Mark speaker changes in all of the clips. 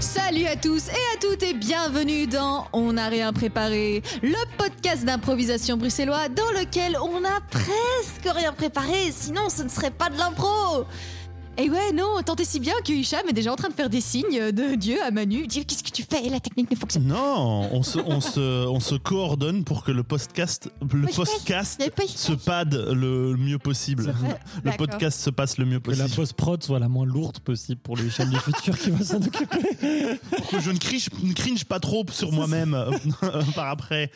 Speaker 1: Salut à tous et à toutes et bienvenue dans On n'a rien préparé, le podcast d'improvisation bruxellois dans lequel on a presque rien préparé, sinon ce ne serait pas de l'impro. Et ouais, non, tant et si bien que Hicham est déjà en train de faire des signes de Dieu à Manu. Dieu, qu'est-ce que tu fais La technique ne fonctionne
Speaker 2: Non, on se, on se, on se coordonne pour que le podcast, le
Speaker 1: Podcast.
Speaker 2: podcast
Speaker 1: Le podcast.
Speaker 2: se pad le mieux
Speaker 1: Se
Speaker 2: possible.
Speaker 1: pad.
Speaker 2: Le
Speaker 1: D'accord.
Speaker 2: podcast se passe le mieux
Speaker 3: Que la
Speaker 2: possible.
Speaker 3: post-prod soit la moins lourde possible pour le chaîne du futur qui va s'en occuper.
Speaker 2: Pour que je ne cringe, ne cringe pas trop sur moi-même euh, par après.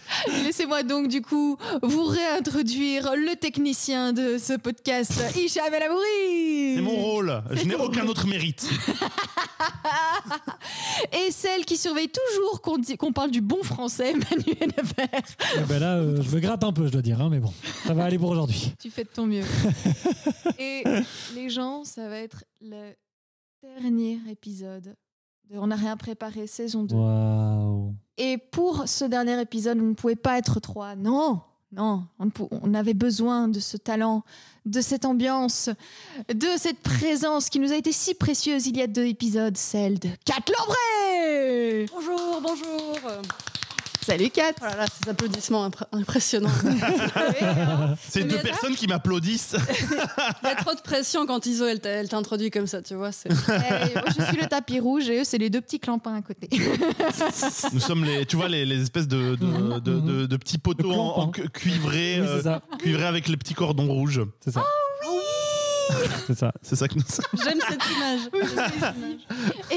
Speaker 1: Laissez-moi donc du coup vous réintroduire le technicien de ce podcast, Hicham El Amouri.
Speaker 2: C'est mon rôle. Je n'ai aucun autre mérite.
Speaker 1: Et celle qui surveille toujours qu'on dit- qu'on parle du bon français, Manuel Aver.
Speaker 3: Eh ben là, euh, je me gratte un peu, je dois dire, hein, mais bon, ça va aller pour aujourd'hui.
Speaker 1: Tu fais de ton mieux. Et les gens, ça va être le dernier épisode de On n'a rien préparé, saison 2.
Speaker 3: Waouh.
Speaker 1: Et pour ce dernier épisode, vous ne pouvez pas être trois. Non, non, on, ne pou- on avait besoin de ce talent, de cette ambiance, de cette présence qui nous a été si précieuse il y a deux épisodes, celle de Kat Lambray
Speaker 4: Bonjour, bonjour.
Speaker 1: Salut Kat
Speaker 4: Oh là là, ces applaudissements impr- impressionnants.
Speaker 2: C'est
Speaker 4: Mais
Speaker 2: deux
Speaker 4: ça-
Speaker 2: personnes qui m'applaudissent.
Speaker 4: Il y a trop de pression quand Iso elle, t'a- elle t'introduit comme ça, tu vois. c'est-
Speaker 1: Hey, Eh, moi, je suis le tapis rouge et eux, c'est les deux petits clampins à côté.
Speaker 2: Nous sommes les, tu vois, les, les espèces de, de, de- de- de petits poteaux
Speaker 3: Le clamp,
Speaker 2: en, en
Speaker 3: hein.
Speaker 2: cu- cuivrés,
Speaker 3: Oui,
Speaker 2: euh,
Speaker 3: c'est ça.
Speaker 2: cuivrés avec les petits cordons rouges.
Speaker 3: C'est ça.
Speaker 1: Oh
Speaker 3: C'est ça.
Speaker 2: C'est ça que nous
Speaker 4: J'aime cette image.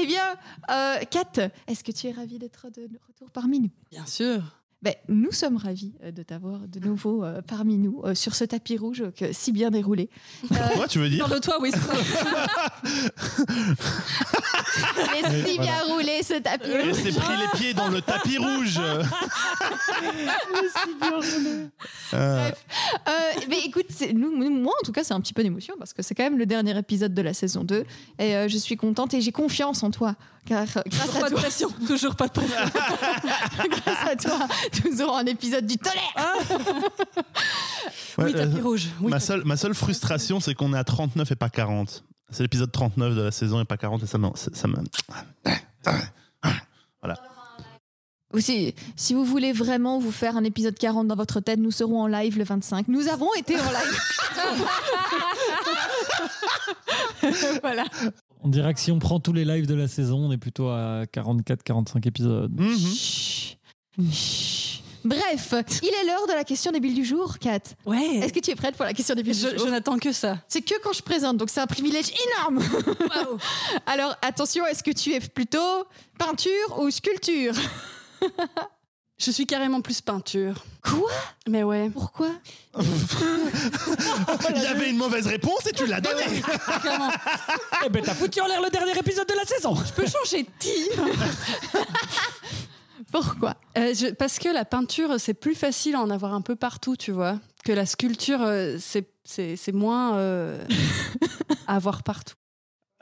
Speaker 1: eh bien, euh, Kat, est-ce que tu es ravie d'être de retour parmi nous
Speaker 4: Bien sûr.
Speaker 1: Ben, nous sommes ravis euh, de t'avoir de nouveau euh, parmi nous euh, sur ce tapis rouge euh, que si bien déroulé.
Speaker 2: Quoi, tu veux dire
Speaker 4: Parle-toi, oui.
Speaker 1: Mais Euh, si bien roulé ce tapis
Speaker 2: Elle
Speaker 1: rouge.
Speaker 2: s'est pris les pieds dans le tapis rouge. Euh,
Speaker 1: Euh, mais écoute, c'est- nous, nous- moi en tout cas, c'est un petit peu d'émotion parce que c'est quand même le dernier épisode de la saison 2 et euh, je suis contente et j'ai confiance en toi car euh, grâce
Speaker 4: Toujours
Speaker 1: à
Speaker 4: pas de
Speaker 1: toi,
Speaker 4: pression. Toujours pas de pression.
Speaker 1: grâce à toi, nous aurons un épisode du tonnerre.
Speaker 2: ouais,
Speaker 4: Ah, oui, tapis
Speaker 2: euh,
Speaker 4: rouge. Oui,
Speaker 2: ma,
Speaker 4: tapis-
Speaker 2: seule, ma seule frustration, c'est qu'on est à 39 et pas 40. C'est l'épisode 39 de la saison et pas 40, et ça me. Ça me...
Speaker 1: Aussi, si vous voulez vraiment vous faire un épisode 40 dans votre tête, nous serons en live le 25. Nous avons été en live. voilà.
Speaker 3: On dirait que si on prend tous les lives de la saison, on est plutôt à 44-45 épisodes.
Speaker 2: Mhm.
Speaker 1: Chut. Chut. Bref, il est l'heure de la question débile du jour, Kat.
Speaker 4: Ouais.
Speaker 1: Est-ce que tu es prête pour la question débile
Speaker 4: Je,
Speaker 1: du
Speaker 4: je
Speaker 1: jour
Speaker 4: n'attends que ça.
Speaker 1: C'est que quand je présente, donc c'est un privilège énorme.
Speaker 4: Waouh.
Speaker 1: Alors attention, est-ce que tu es plutôt peinture ou sculpture
Speaker 4: Je suis carrément plus peinture.
Speaker 1: Quoi
Speaker 4: Mais ouais.
Speaker 1: Pourquoi
Speaker 2: Ah, Il y avait une mauvaise réponse et tu l'as donnée.
Speaker 4: Clairement.
Speaker 3: Eh ben t'as foutu en l'air le dernier épisode de la saison
Speaker 4: Je peux changer de team.
Speaker 1: Pourquoi
Speaker 4: Euh, je- parce que la peinture, c'est plus facile à en avoir un peu partout, tu vois. Que la sculpture, euh, c'est- c'est c'est moins euh, à avoir partout.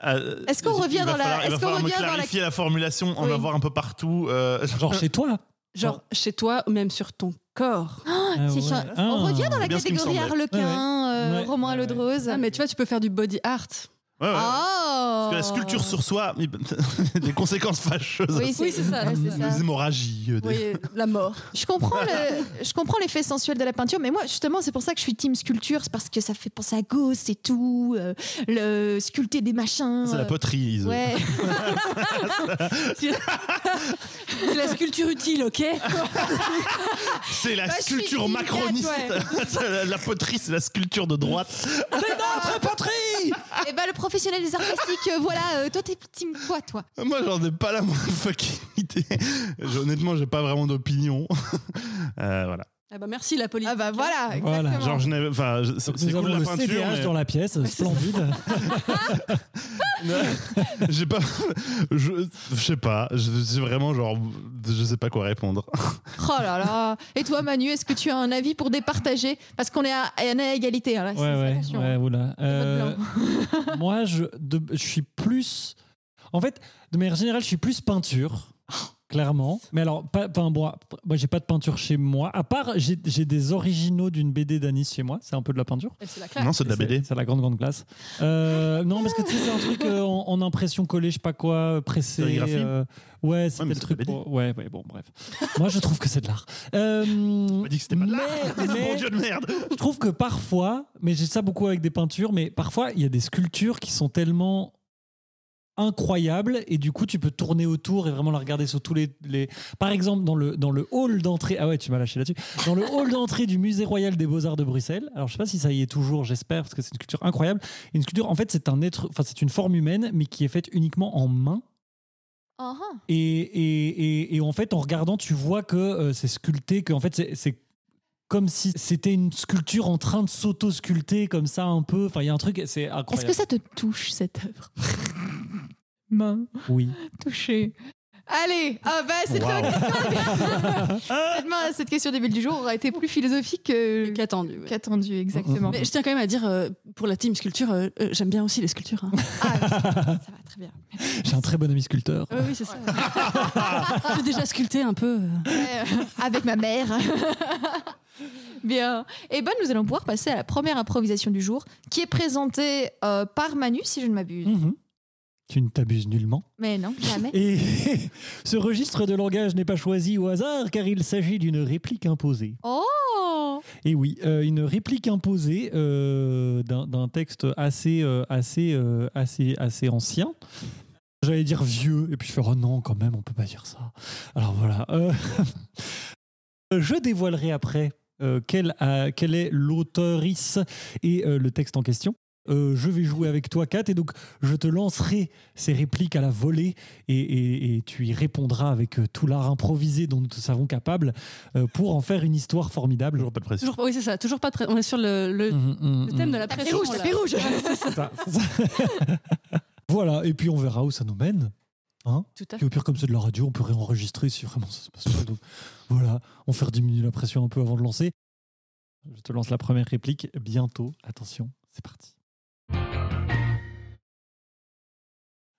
Speaker 2: Euh,
Speaker 1: Est-ce qu'on
Speaker 2: il
Speaker 1: revient
Speaker 2: va
Speaker 1: dans la-
Speaker 2: falloir- Il
Speaker 1: est-ce
Speaker 2: va
Speaker 1: qu'on
Speaker 2: falloir me
Speaker 1: revient dans la-
Speaker 2: clarifier la formulation, en
Speaker 1: Oui.
Speaker 2: avoir un peu partout. euh,
Speaker 3: Genre chez toi
Speaker 4: Genre chez toi ou même sur ton corps.
Speaker 3: Ah
Speaker 1: C'est
Speaker 3: ouais.
Speaker 1: chiant.
Speaker 3: Ah.
Speaker 1: On revient dans la
Speaker 2: C'est bien ce qui me
Speaker 1: catégorie
Speaker 2: semblait.
Speaker 1: Harlequin, euh,
Speaker 3: Ouais, ouais.
Speaker 1: Romain
Speaker 3: Ouais, ouais.
Speaker 1: Alodrose.
Speaker 4: Ah, mais tu vois, tu peux faire du body art.
Speaker 2: ouais, ouais.
Speaker 1: Oh
Speaker 2: Parce que la sculpture sur soi, des conséquences fâcheuses.
Speaker 1: Oui,
Speaker 4: Oui, c'est ça,
Speaker 1: ouais,
Speaker 4: c'est
Speaker 1: c'est
Speaker 4: ça.
Speaker 2: Des hémorragies. euh, des-
Speaker 4: Oui, la mort.
Speaker 1: Je comprends, le, je comprends l'effet sensuel de la peinture, mais moi, justement, c'est pour ça que je suis team sculpture, c'est parce que ça fait penser à Gauss et tout, euh, le sculpter des machins.
Speaker 2: C'est la
Speaker 1: euh,
Speaker 2: poterie, Iso.
Speaker 1: Ouais.
Speaker 4: C'est la sculpture utile, ok
Speaker 2: C'est la
Speaker 1: Bah, je suis
Speaker 2: sculpture
Speaker 1: délicate,
Speaker 2: macroniste.
Speaker 1: ouais.
Speaker 2: C'est la- la poterie, c'est la sculpture de droite.
Speaker 3: C'est notre Ah. poterie
Speaker 1: et ben, le professionnel des arts plastiques, euh, voilà, euh, toi, t'es team quoi, toi
Speaker 2: Moi, j'en ai pas la moindre fucking idée. J'ai- Honnêtement, j'ai pas vraiment d'opinion. Euh, voilà.
Speaker 4: Ah bah merci la police.
Speaker 1: Ah bah voilà,
Speaker 3: Voilà.
Speaker 1: exactement.
Speaker 2: Genre, je n'ai- enfin, je- c'est
Speaker 3: Nous
Speaker 2: c'est cool
Speaker 3: avons
Speaker 2: la
Speaker 3: le
Speaker 2: peinture.
Speaker 3: CDH
Speaker 2: mais-
Speaker 3: dans la pièce, splendide.
Speaker 2: J'ai pas. Je, je sais pas. Je c'est vraiment genre. Je sais pas quoi répondre.
Speaker 1: Oh là là. Et toi, Manu, est-ce que tu as un avis pour départager Parce qu'on est à, on est à égalité, hein, là.
Speaker 3: Ouais, ouais,
Speaker 1: attention.
Speaker 3: ouais, oula.
Speaker 1: Vote
Speaker 3: Euh, moi, je, de- je suis plus. En fait, de manière générale, je suis plus peinture clairement. Mais alors, pas, pas un bois. Moi, j'ai pas de peinture chez moi. À part, j'ai j'ai des originaux d'une BD d'Anis chez moi. C'est un peu de la peinture.
Speaker 4: C'est la classe.
Speaker 2: Non, c'est de la
Speaker 3: C'est-
Speaker 2: BD.
Speaker 3: C'est la grande, grande classe. Euh, non, parce que tu sais, c'est un truc euh, en, en impression collée, je sais pas quoi, euh, pressé.
Speaker 2: Sérigraphie
Speaker 3: euh, ouais, c'était
Speaker 2: mais
Speaker 3: le
Speaker 2: c'est
Speaker 3: truc.
Speaker 2: de la BD.
Speaker 3: pour- ouais, ouais, bon, bref. Moi, je trouve que c'est de l'art. Euh,
Speaker 2: On m'a dit que c'était pas de l'art.
Speaker 3: mais- mais-
Speaker 2: Mon dieu de merde.
Speaker 3: je trouve que parfois, mais j'ai ça beaucoup avec des peintures, mais parfois il y a des sculptures qui sont tellement incroyables et du coup tu peux tourner autour et vraiment la regarder sur tous les, les- par exemple dans le dans le hall d'entrée ah ouais tu m'as lâché là-dessus dans le hall d'entrée du musée royal des beaux-arts de Bruxelles alors je sais pas si ça y est toujours j'espère parce que c'est une sculpture incroyable une sculpture en fait c'est un être enfin c'est une forme humaine mais qui est faite uniquement en main
Speaker 1: Ah, ah.
Speaker 3: et, et- et- et en fait, en regardant, tu vois que euh, c'est sculpté, que en fait, c'est- c'est comme si c'était une sculpture en train de s'auto-sculpter comme ça un peu. Enfin, il y a un truc, c'est
Speaker 1: Est-ce
Speaker 3: incroyable.
Speaker 1: que ça te touche cette œuvre Main
Speaker 3: Oui.
Speaker 1: touchée. Allez, ah bah cette,
Speaker 2: Waouh.
Speaker 1: cette main- hein, cette question des villes du jour aura été plus philosophique que-
Speaker 4: Qu'attendu. ouais.
Speaker 1: qu'attendue, exactement.
Speaker 4: Mais je tiens quand même à dire, euh, pour la team sculpture, euh, euh, j'aime bien aussi les sculptures. hein.
Speaker 1: Ah, ça va très bien.
Speaker 3: J'ai un très bon ami sculpteur.
Speaker 4: Ah oui, oui, c'est ça. J'ai déjà sculpté un peu. euh.
Speaker 1: Euh, avec ma mère. Bien. Et ben, nous allons pouvoir passer à la première improvisation du jour, qui est présentée euh, par Manu, si je ne m'abuse.
Speaker 3: Mhm. Tu ne t'abuses nullement.
Speaker 1: Mais non, jamais.
Speaker 3: Et ce registre de langage n'est pas choisi au hasard car il s'agit d'une réplique imposée.
Speaker 1: Oh
Speaker 3: Et oui, euh, une réplique imposée euh, d'un d'un texte assez, euh, assez, euh, assez, assez ancien. J'allais dire vieux, et puis je fais oh non, quand même, on peut pas dire ça. Alors voilà. euh, je dévoilerai après euh, quel, a- quel est l'auteurice et euh, le texte en question. Euh, je vais jouer avec toi, Kat, et donc je te lancerai ces répliques à la volée et, et- et tu y répondras avec euh, tout l'art improvisé dont nous te savons capable euh, pour en faire une histoire formidable.
Speaker 2: Toujours pas de pression.
Speaker 4: Toujours, oui, c'est ça. Toujours pas de pré- On est sur le, le- le thème de la
Speaker 1: Tapis
Speaker 4: pression.
Speaker 1: rouge,
Speaker 4: là.
Speaker 1: tapis rouge.
Speaker 4: Ouais, c'est ça.
Speaker 3: Ça, ça. voilà, et puis on verra où ça nous mène.
Speaker 4: Tout à fait.
Speaker 3: Puis au pire, comme c'est de la radio, on peut réenregistrer si vraiment ça se passe pas. Donc, voilà, on fait diminuer la pression un peu avant de lancer. Je te lance la première réplique bientôt. Attention, c'est parti.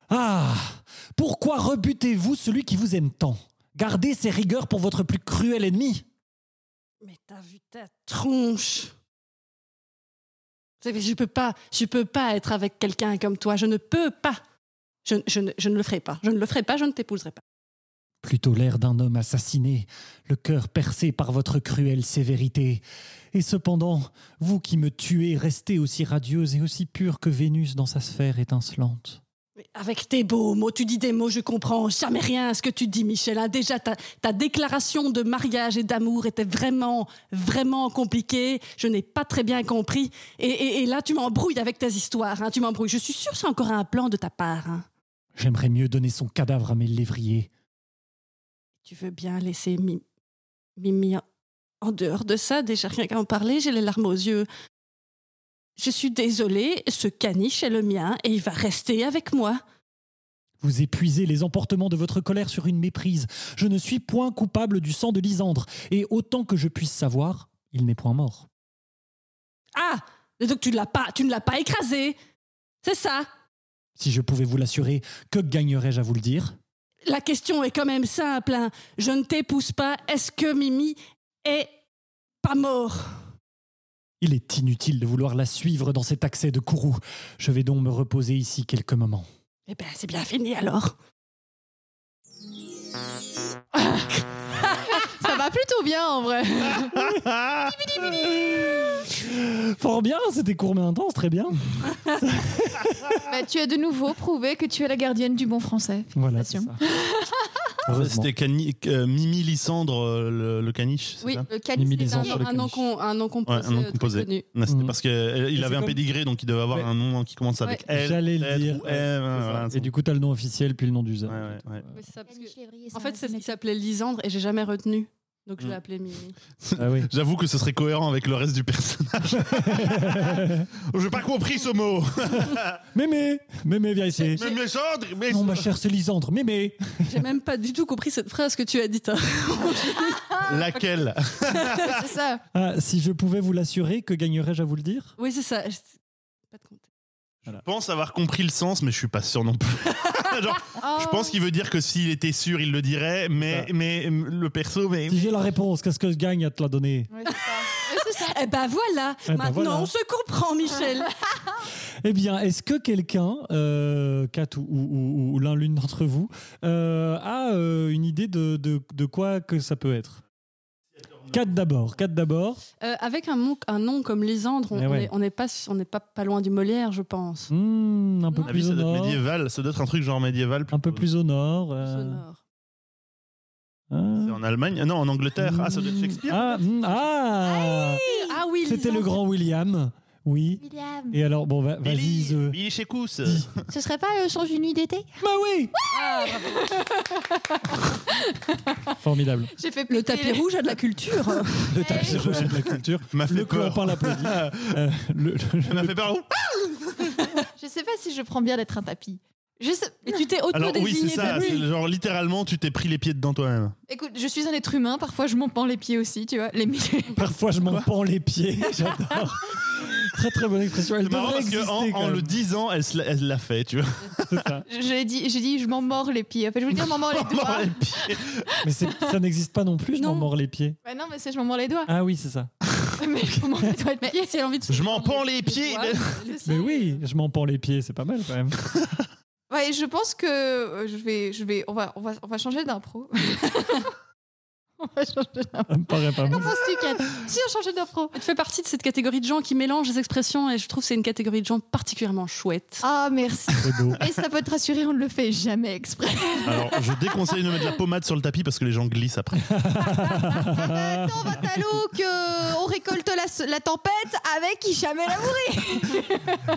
Speaker 3: Ah Pourquoi rebutez-vous celui qui vous aime tant Gardez ses rigueurs pour votre plus cruel ennemi
Speaker 4: Mais t'as vu ta tronche Vous savez, je peux pas, je peux pas être avec quelqu'un comme toi. Je ne peux pas. Je, je ne- je ne le ferai pas. Je ne le ferai pas. Je ne t'épouserai pas.
Speaker 3: plutôt l'air d'un homme assassiné, le cœur percé par votre cruelle sévérité. Et cependant, vous qui me tuez, restez aussi radieuse et aussi pure que Vénus dans sa sphère étincelante.
Speaker 4: Mais avec tes beaux mots, tu dis des mots, je comprends jamais rien à ce que tu dis, Michel. hein. Déjà, ta, ta déclaration de mariage et d'amour était vraiment, vraiment compliquée. Je n'ai pas très bien compris. Et, et- et là, tu m'embrouilles avec tes histoires. hein. Tu m'embrouilles. Je suis sûre que c'est encore un plan de ta part. hein.
Speaker 3: J'aimerais mieux donner son cadavre à mes lévriers.
Speaker 4: Tu veux bien laisser Mi- Mimi en- en dehors de ça Déjà, rien qu'à en parler, j'ai les larmes aux yeux. Je suis désolée, ce caniche est le mien et il va rester avec moi.
Speaker 3: Vous épuisez les emportements de votre colère sur une méprise. Je ne suis point coupable du sang de Lysandre, et autant que je puisse savoir, il n'est point mort.
Speaker 4: Ah Donc tu ne l'as pas, tu ne l'as pas écrasé C'est ça
Speaker 3: Si je pouvais vous l'assurer, que gagnerais-je à vous le dire
Speaker 4: La question est quand même simple. hein. Je ne t'épouse pas. Est-ce que Mimi est pas mort
Speaker 3: Il est inutile de vouloir la suivre dans cet accès de courroux. Je vais donc me reposer ici quelques moments.
Speaker 4: Eh ben, c'est bien fini alors.
Speaker 1: Ça va plutôt bien en vrai.
Speaker 3: Ah Fort bien, c'était court mais intense, très bien.
Speaker 1: Bah, tu as de nouveau prouvé que tu es la gardienne du bon français.
Speaker 3: Voilà. c'est
Speaker 1: Félicitations.
Speaker 3: ça. Heureusement.
Speaker 2: C'était cani- euh, Mimi Lysandre, euh, le, le caniche, c'est ça
Speaker 1: le
Speaker 3: Mimi des Anges.
Speaker 1: calice
Speaker 3: Sur le caniche.
Speaker 4: con- un nom composé.
Speaker 2: Ouais, un nom
Speaker 4: euh, très
Speaker 2: composé.
Speaker 4: connu.
Speaker 2: Non, C'était
Speaker 3: Mhm.
Speaker 2: parce qu'il
Speaker 3: c'est
Speaker 2: avait un
Speaker 3: comme-
Speaker 2: pédigré, donc il devait avoir
Speaker 3: Ouais.
Speaker 2: un nom qui commence avec
Speaker 4: Ouais.
Speaker 2: L.
Speaker 3: J'allais le
Speaker 2: peut-être,
Speaker 3: dire.
Speaker 2: ou
Speaker 3: ouais,
Speaker 2: M,
Speaker 3: c'est ça.
Speaker 2: voilà,
Speaker 3: et du coup, t'as le nom officiel puis le nom d'usage.
Speaker 2: Ouais, ouais, ouais.
Speaker 4: En fait, c'est- il s'appelait Lisandre et j'ai jamais retenu. Donc je l'ai
Speaker 2: Mm.
Speaker 4: appelé Mimi.
Speaker 3: Ah oui.
Speaker 2: J'avoue que ce serait cohérent avec le reste du personnage.
Speaker 3: Ah
Speaker 2: Oh, J'ai pas compris ce mot.
Speaker 3: Mémé, mémé, viens ici.
Speaker 2: Mais mes cendres, mais
Speaker 3: Non, bah, ma chère, c'est Lysandre. Mémé.
Speaker 4: J'ai même pas du tout compris cette phrase que tu as dite. hein.
Speaker 2: Ah, laquelle
Speaker 1: C'est ça.
Speaker 3: Ah, si je pouvais vous l'assurer, que gagnerais-je à vous le dire
Speaker 4: Oui, c'est ça. Je- Pas de compte.
Speaker 3: Voilà.
Speaker 2: Je pense avoir compris le sens, mais je suis pas sûr non plus. Genre, je
Speaker 1: Oh.
Speaker 2: pense qu'il veut dire que s'il était sûr, il le dirait, mais,
Speaker 3: Ça.
Speaker 2: mais euh, le perso, mais.
Speaker 3: Si j'ai la réponse, qu'est-ce que je gagne à te la donner
Speaker 1: Ouais, c'est ça. Ouais, c'est ça.
Speaker 4: Eh ben voilà,
Speaker 3: Eh ben
Speaker 4: maintenant
Speaker 3: voilà.
Speaker 4: on se comprend, Michel.
Speaker 3: Eh bien, est-ce que quelqu'un, euh, Kat ou, ou- ou- ou l'un l'une d'entre vous, euh, a euh, une idée de, de- de quoi que ça peut être Kat d'abord, Kat d'abord.
Speaker 4: Euh, avec un, mon- un nom comme Lysandre, on
Speaker 3: Eh
Speaker 4: on
Speaker 3: ouais.
Speaker 4: est- on n'est pas, on n'est pas, pas loin du Molière, je pense.
Speaker 3: Hmm, un peu
Speaker 4: Non.
Speaker 2: Ah oui,
Speaker 3: plus
Speaker 2: ça
Speaker 3: au
Speaker 2: doit être
Speaker 3: nord.
Speaker 2: médiéval, ça doit être un truc genre médiéval.
Speaker 3: Un peu plus au nord. euh,
Speaker 4: Sonore.
Speaker 3: hein.
Speaker 2: C'est en Allemagne Ah Non, en Angleterre. Ah, ça doit être Shakespeare.
Speaker 3: Ah, hmm, ah
Speaker 4: Ah oui,
Speaker 3: C'était le
Speaker 4: Lysandre.
Speaker 3: grand William. Oui.
Speaker 1: William.
Speaker 3: Et alors, bon, va- vas-y.
Speaker 2: Billy,
Speaker 3: The-
Speaker 2: Billy Shekous.
Speaker 3: Dis.
Speaker 1: Ce serait pas euh, Change une nuit d'été
Speaker 3: Bah oui Formidable.
Speaker 1: J'ai fait
Speaker 4: Le tapis rouge a de la culture.
Speaker 3: Le tapis rouge de la culture.
Speaker 2: M'a fait
Speaker 3: Le clan
Speaker 2: peur.
Speaker 3: par l'applaudie. Euh, le- le-
Speaker 2: Ça m'a fait peur.
Speaker 1: Je sais pas si je prends bien d'être un tapis. Je sais...
Speaker 4: Et tu t'es
Speaker 2: Alors oui, c'est
Speaker 4: auto-désigné
Speaker 2: ça.
Speaker 4: tapis.
Speaker 2: c'est Genre littéralement, tu t'es pris les pieds dedans toi-même.
Speaker 1: Écoute, je suis un être humain, parfois je m'en pends les pieds aussi, tu vois. Les...
Speaker 3: Parfois, je m'en pends les pieds. J'adore. Très très bonne expression. Elle
Speaker 2: C'est marrant
Speaker 3: devrait
Speaker 2: parce
Speaker 3: exister.
Speaker 2: qu'en en,
Speaker 3: quand
Speaker 2: en
Speaker 3: même.
Speaker 2: le disant, elle se l'a- elle l'a fait, tu vois.
Speaker 3: C'est ça.
Speaker 1: J'ai dit, j'ai dit, je m'en mords les pieds. En fait, je voulais dire, je m'en mords les doigts.
Speaker 2: Et puis-
Speaker 3: Mais c'est- ça n'existe pas non plus. Je m'en
Speaker 4: Non.
Speaker 3: mords les pieds.
Speaker 1: Bah non, mais c'est, je m'en mords les doigts.
Speaker 3: Ah oui, c'est ça.
Speaker 1: mais je m'en mords les doigts. Mais
Speaker 4: si elle a envie de se
Speaker 2: Je m'en
Speaker 4: prendre
Speaker 2: pends les pieds.
Speaker 4: doigts,
Speaker 1: c'est ça.
Speaker 3: Mais oui, je m'en pends les pieds. C'est pas mal quand même.
Speaker 1: Ouais, je pense que euh, je vais, je vais, on va, on va, on va changer d'impro. on va changer d'impro.
Speaker 3: Ça me paraît pas mal.
Speaker 1: Comment tu Si on changeait d'impro.
Speaker 4: Tu fais partie de cette catégorie de gens qui mélangent les expressions et je trouve que c'est une catégorie de gens particulièrement chouette.
Speaker 1: Ah merci.
Speaker 3: C'est beau.
Speaker 1: Et ça peut te rassurer, on ne le fait jamais exprès.
Speaker 2: Alors, je déconseille de mettre de la pommade sur le tapis parce que les gens glissent après.
Speaker 1: Attends, Vatalo, que euh, on récolte la, la tempête avec Hicham El Aour.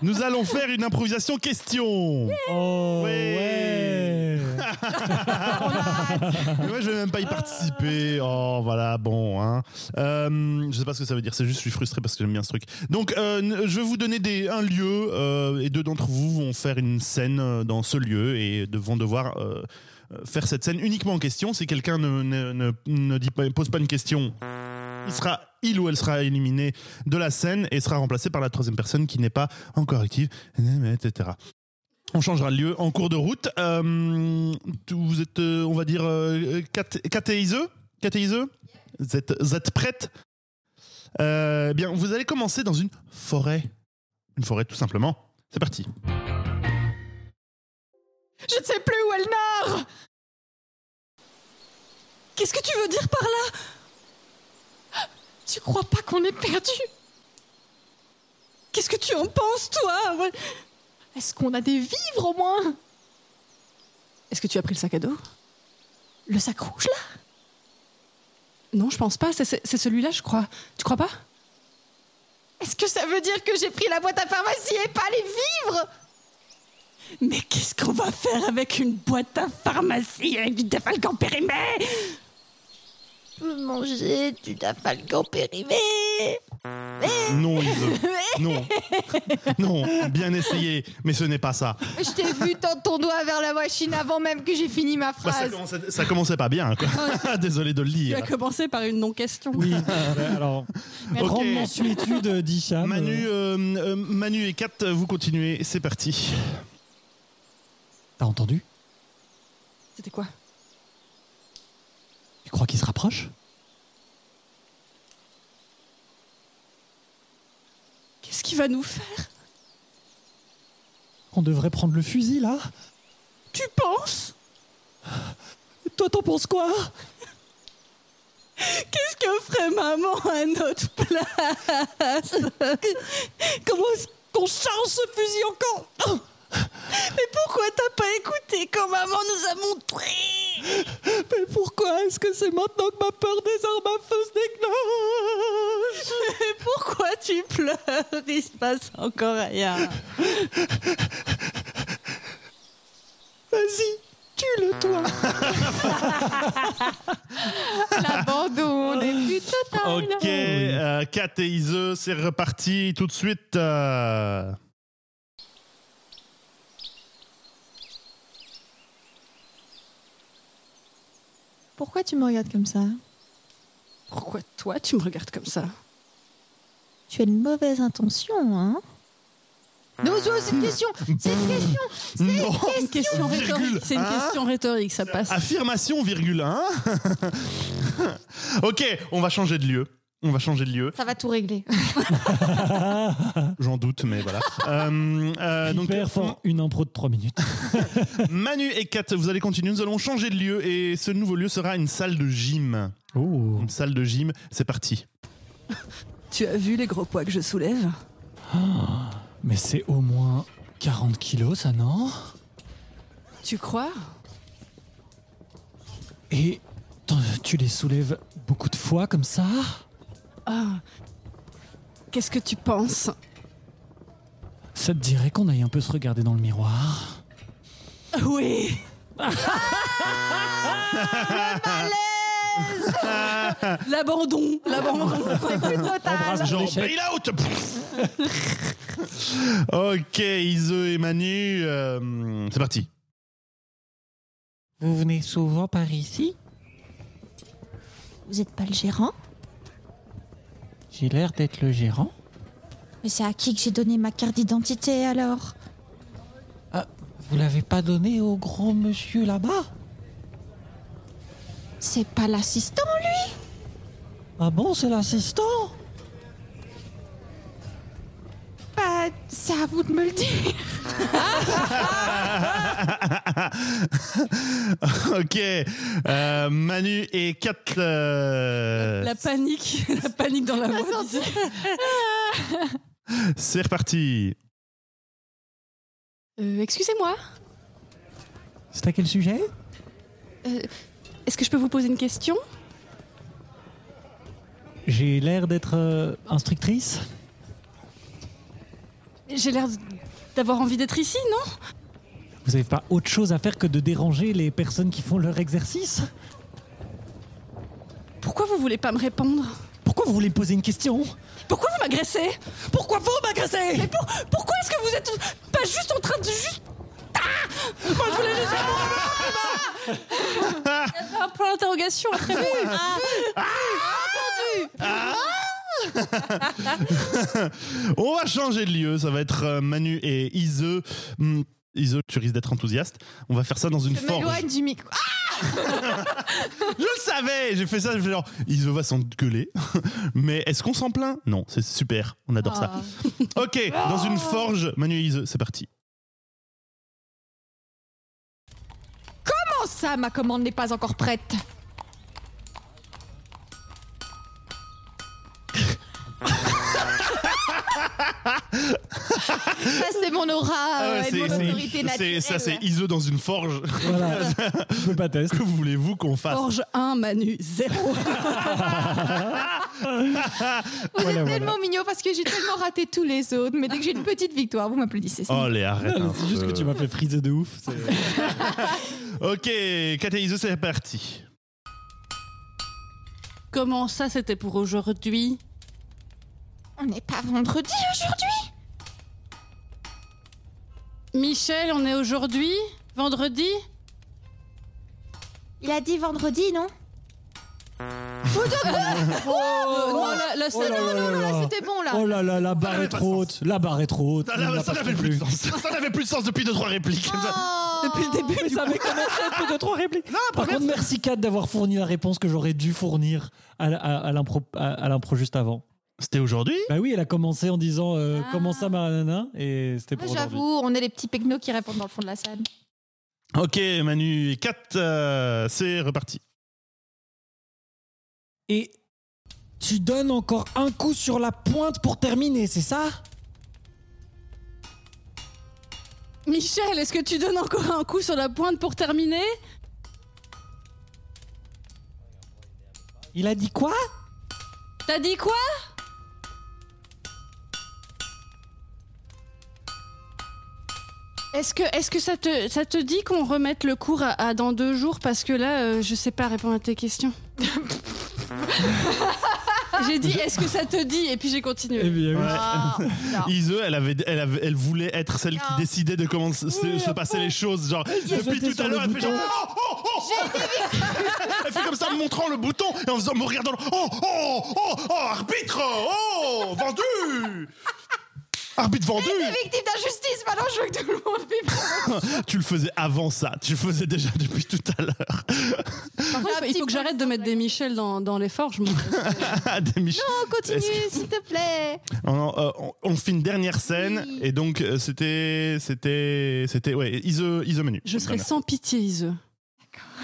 Speaker 2: Nous allons faire une improvisation question.
Speaker 3: Oh
Speaker 2: Ouais.
Speaker 3: ouais.
Speaker 1: On a hâte.
Speaker 2: Mais moi, je vais même pas y participer. Oh, voilà, bon. Hein. Euh, je sais pas ce que ça veut dire. C'est juste, je suis frustré parce que j'aime bien ce truc. Donc, euh, n- je vais vous donner des, un lieu euh, et deux d'entre vous vont faire une scène euh, dans ce lieu et de- vont devoir euh, euh, faire cette scène uniquement en question. Si quelqu'un ne, ne, ne- ne dit pas, pose pas une question, il sera il ou elle sera éliminé de la scène et sera remplacé par la troisième personne qui n'est pas encore active, etc. On changera de lieu en cours de route. Euh, tout- vous êtes, euh, on va dire, euh, cat- catéiseux Catéiseux vous êtes, vous êtes prête Euh, Bien, vous allez commencer dans une forêt. Une forêt, tout simplement. C'est parti.
Speaker 1: Je ne sais plus où elle nord.
Speaker 4: Qu'est-ce que tu veux dire par là
Speaker 1: Tu crois pas qu'on est perdu
Speaker 4: Qu'est-ce que tu en penses, toi Ouais.
Speaker 1: Est-ce qu'on a des vivres au moins
Speaker 4: Est-ce que tu as pris le sac à dos
Speaker 1: Le sac rouge là
Speaker 4: Non, je pense pas. C'est- C'est c'est celui-là, je crois. Tu crois pas
Speaker 1: Est-ce que ça veut dire que j'ai pris la boîte à pharmacie et pas les vivres
Speaker 4: Mais qu'est-ce qu'on va faire avec une boîte à pharmacie avec du défalgan périmé
Speaker 1: Je veux manger du dafalgan périmé.
Speaker 2: Non, Ise. Non. Non, bien essayé, mais ce n'est pas ça.
Speaker 1: Je t'ai vu tendre ton doigt vers la machine avant même que j'ai fini ma
Speaker 2: Bah, ça,
Speaker 1: phrase.
Speaker 2: commençait, ça commençait pas bien, quoi. Désolé de le
Speaker 4: Tu
Speaker 2: lire.
Speaker 4: as commencé par une non-question.
Speaker 3: Oui. bah, Alors,
Speaker 2: Ok.
Speaker 3: grande mensuétude d'Hicham.
Speaker 2: Manu, euh, euh, Manu et Kat, vous continuez, c'est parti.
Speaker 3: T'as entendu
Speaker 4: C'était quoi
Speaker 3: Tu crois qu'il se rapproche
Speaker 4: Qu'est-ce qu'il va nous faire
Speaker 3: On devrait prendre le fusil là
Speaker 4: Tu penses
Speaker 3: Toi, t'en penses quoi
Speaker 4: Qu'est-ce que ferait maman à notre place Comment est-ce qu'on change ce fusil encore Mais pourquoi t'as pas écouté quand maman nous a montré
Speaker 3: Mais pourquoi est-ce que c'est maintenant que ma peur des armes à feu se déclenche
Speaker 4: Mais pourquoi tu pleures Il se passe encore rien.
Speaker 3: Vas-y, tue-le toi
Speaker 1: L'abandon, on est plus
Speaker 3: Ah,
Speaker 1: total.
Speaker 2: Ok, euh, Kat et Ise, c'est reparti tout de suite. euh.
Speaker 1: Pourquoi tu me regardes comme ça
Speaker 4: Pourquoi toi tu me regardes comme ça
Speaker 1: Tu as une mauvaise intention, hein Non, c'est une question. C'est une question.
Speaker 2: Non.
Speaker 4: Une question
Speaker 2: Virgule,
Speaker 4: rhétorique. C'est une
Speaker 2: hein Ah.
Speaker 4: question rhétorique, ça passe.
Speaker 2: Affirmation, virgule 1. ok, on va changer de lieu. On va changer de lieu.
Speaker 1: Ça va tout régler.
Speaker 2: J'en doute, mais voilà. Euh, euh, donc,
Speaker 3: Hyper fort, une impro de 3 minutes.
Speaker 2: Manu et Kat, vous allez continuer. Nous allons changer de lieu et ce nouveau lieu sera une salle de gym.
Speaker 3: Oh.
Speaker 2: Une salle de gym, c'est parti.
Speaker 4: Tu as vu les gros poids que je soulève
Speaker 3: Mais c'est au moins 40 kilos, ça, non
Speaker 4: Tu crois
Speaker 3: Et t'en- tu les soulèves beaucoup de fois comme ça
Speaker 4: Ah. Qu'est-ce que tu penses
Speaker 3: Ça te dirait qu'on aille un peu se regarder dans le miroir
Speaker 4: Oui
Speaker 2: Ah.
Speaker 4: L'abandon L'abandon
Speaker 3: Embrasse
Speaker 2: Genre
Speaker 3: Ah, l'échec.
Speaker 2: bail out Ok, Ise et Manu, euh, c'est parti.
Speaker 5: Vous venez souvent par ici
Speaker 1: Vous êtes pas le gérant
Speaker 5: J'ai l'air d'être le gérant.
Speaker 1: Mais c'est à qui que j'ai donné ma carte d'identité alors
Speaker 5: Vous l'avez pas donné au grand monsieur là-bas
Speaker 1: C'est pas l'assistant lui
Speaker 5: Ah bon, c'est l'assistant
Speaker 1: Bah, c'est à vous de me le dire.
Speaker 2: Ok, euh, Manu et Kat. euh,
Speaker 4: La panique La panique dans la voix
Speaker 2: c'est reparti.
Speaker 4: Euh, Excusez-moi,
Speaker 5: C'est à quel sujet
Speaker 4: est-ce que je peux vous poser une question
Speaker 3: J'ai l'air d'être euh, instructrice
Speaker 4: J'ai l'air d'avoir envie d'être ici, non
Speaker 3: Vous avez pas autre chose à faire que de déranger les personnes qui font leur exercice
Speaker 4: Pourquoi vous voulez pas me répondre
Speaker 3: Pourquoi vous voulez poser une question
Speaker 4: Pourquoi vous m'agressez
Speaker 3: Pourquoi vous m'agressez
Speaker 4: Mais pour- pourquoi est-ce que vous êtes pas juste en train de juste... Ah Moi, je voulais juste... Il y avait un Ah point d'interrogation après Ah.
Speaker 2: On va changer de lieu, ça va être euh, Manu et Ise. Hmm, Ise, tu risques d'être enthousiaste. On va faire ça dans une
Speaker 1: Je
Speaker 2: forge.
Speaker 1: m'éloigne du micro. Ah,
Speaker 2: Je le savais, j'ai fait ça, je fais genre, Ise va s'engueuler. Mais est-ce qu'on s'en plaint Non, c'est super, on adore ça.
Speaker 1: Ah.
Speaker 2: Ok, dans une forge, Manu et Ise, c'est parti.
Speaker 1: Comment Oh, ça, ma commande n'est pas encore prête Ça, c'est mon aura euh,
Speaker 2: Ah ouais,
Speaker 1: et mon
Speaker 2: c'est-
Speaker 1: autorité
Speaker 2: c'est-
Speaker 1: naturelle.
Speaker 2: Ça, c'est Ise dans une forge.
Speaker 3: Voilà, je peux pas tester.
Speaker 2: que voulez-vous qu'on fasse
Speaker 4: Ah.
Speaker 1: Oh.
Speaker 4: Forge 1, Manu 0.
Speaker 1: Vous
Speaker 3: Voilà,
Speaker 1: êtes
Speaker 3: voilà.
Speaker 1: tellement mignon parce que j'ai tellement raté tous les autres, mais dès que j'ai une petite victoire, vous m'applaudissez. c'est
Speaker 2: Oh, les arrête. un
Speaker 3: C'est juste
Speaker 2: peu.
Speaker 3: que tu m'as fait friser de ouf.
Speaker 2: Ok, Kat et Ise, c'est parti.
Speaker 4: Comment ça, c'était pour aujourd'hui
Speaker 1: On n'est pas vendredi aujourd'hui
Speaker 4: Michel, on est aujourd'hui Vendredi
Speaker 1: Il a dit vendredi, non
Speaker 4: Euh, Non, la, la
Speaker 3: Oh
Speaker 4: seule-
Speaker 3: là là là là.
Speaker 1: Ah, C'était bon là
Speaker 3: Oh là là, la
Speaker 2: Ça
Speaker 3: barre
Speaker 2: n'avait
Speaker 3: est
Speaker 2: pas
Speaker 3: trop
Speaker 2: de
Speaker 3: haute. La barre est trop haute.
Speaker 2: Ça
Speaker 3: on ne
Speaker 2: n'avait
Speaker 3: la
Speaker 2: ça
Speaker 3: passe
Speaker 2: n'avait plus de sens. Ça n'avait plus de sens depuis deux trois répliques.
Speaker 1: Depuis
Speaker 3: Mais ça avait commencé un peu de trop répliques. Par
Speaker 2: première
Speaker 3: contre, merci Kat d'avoir fourni la réponse que j'aurais dû fournir à, la- à- à l'impro, à- à l'impro juste avant.
Speaker 2: C'était aujourd'hui
Speaker 3: Bah oui, elle a commencé en disant euh,
Speaker 1: Ah.
Speaker 3: comment ça, ma nana et c'était pour aujourd'hui.
Speaker 1: J'avoue, on est les petits pecnos qui répondent dans le fond de la salle.
Speaker 2: Ok, Manu, 4, c'est reparti.
Speaker 5: Et tu donnes encore un coup sur la pointe pour terminer, c'est ça
Speaker 4: Michel, est-ce que tu donnes encore un coup sur la pointe pour terminer
Speaker 5: Il a dit quoi
Speaker 4: T'as dit quoi Est-ce que, est que ça, te, ça te dit qu'on remette le cours à, à dans deux jours Parce que là, euh, je sais pas répondre à tes questions. j'ai dit, est-ce que ça te dit Et puis j'ai
Speaker 3: Eh
Speaker 4: continué.
Speaker 3: bien, oui.
Speaker 1: Ah,
Speaker 3: Ah.
Speaker 2: Ise, elle, avait, elle, avait- elle voulait être celle qui
Speaker 1: Non.
Speaker 2: décidait de comment se, se- se passer les choses. Genre, depuis
Speaker 3: jeté
Speaker 2: tout
Speaker 3: sur
Speaker 2: à
Speaker 3: le
Speaker 2: l'heure, elle fait
Speaker 3: bouton.
Speaker 2: genre. Oh, oh, oh, elle fait comme ça, en me montrant le bouton et en faisant, me regardant. Oh, oh, oh, oh, arbitre Oh, vendu Arbitre vendu
Speaker 1: Victime d'injustice, maintenant je veux que tout le monde vive.
Speaker 2: Tu le faisais avant ça, tu le faisais déjà depuis tout à l'heure.
Speaker 4: Par contre, il faut que j'arrête de mettre des Michel dans, dans les forges. moi.
Speaker 2: Ah, des Mich-
Speaker 1: On continue, s'il te plaît.
Speaker 2: On, euh, on- on fait une dernière scène
Speaker 1: Oui.
Speaker 2: et donc euh, c'était c'était c'était ouais iso iso menu.
Speaker 4: Je serai sans pitié, Iseu.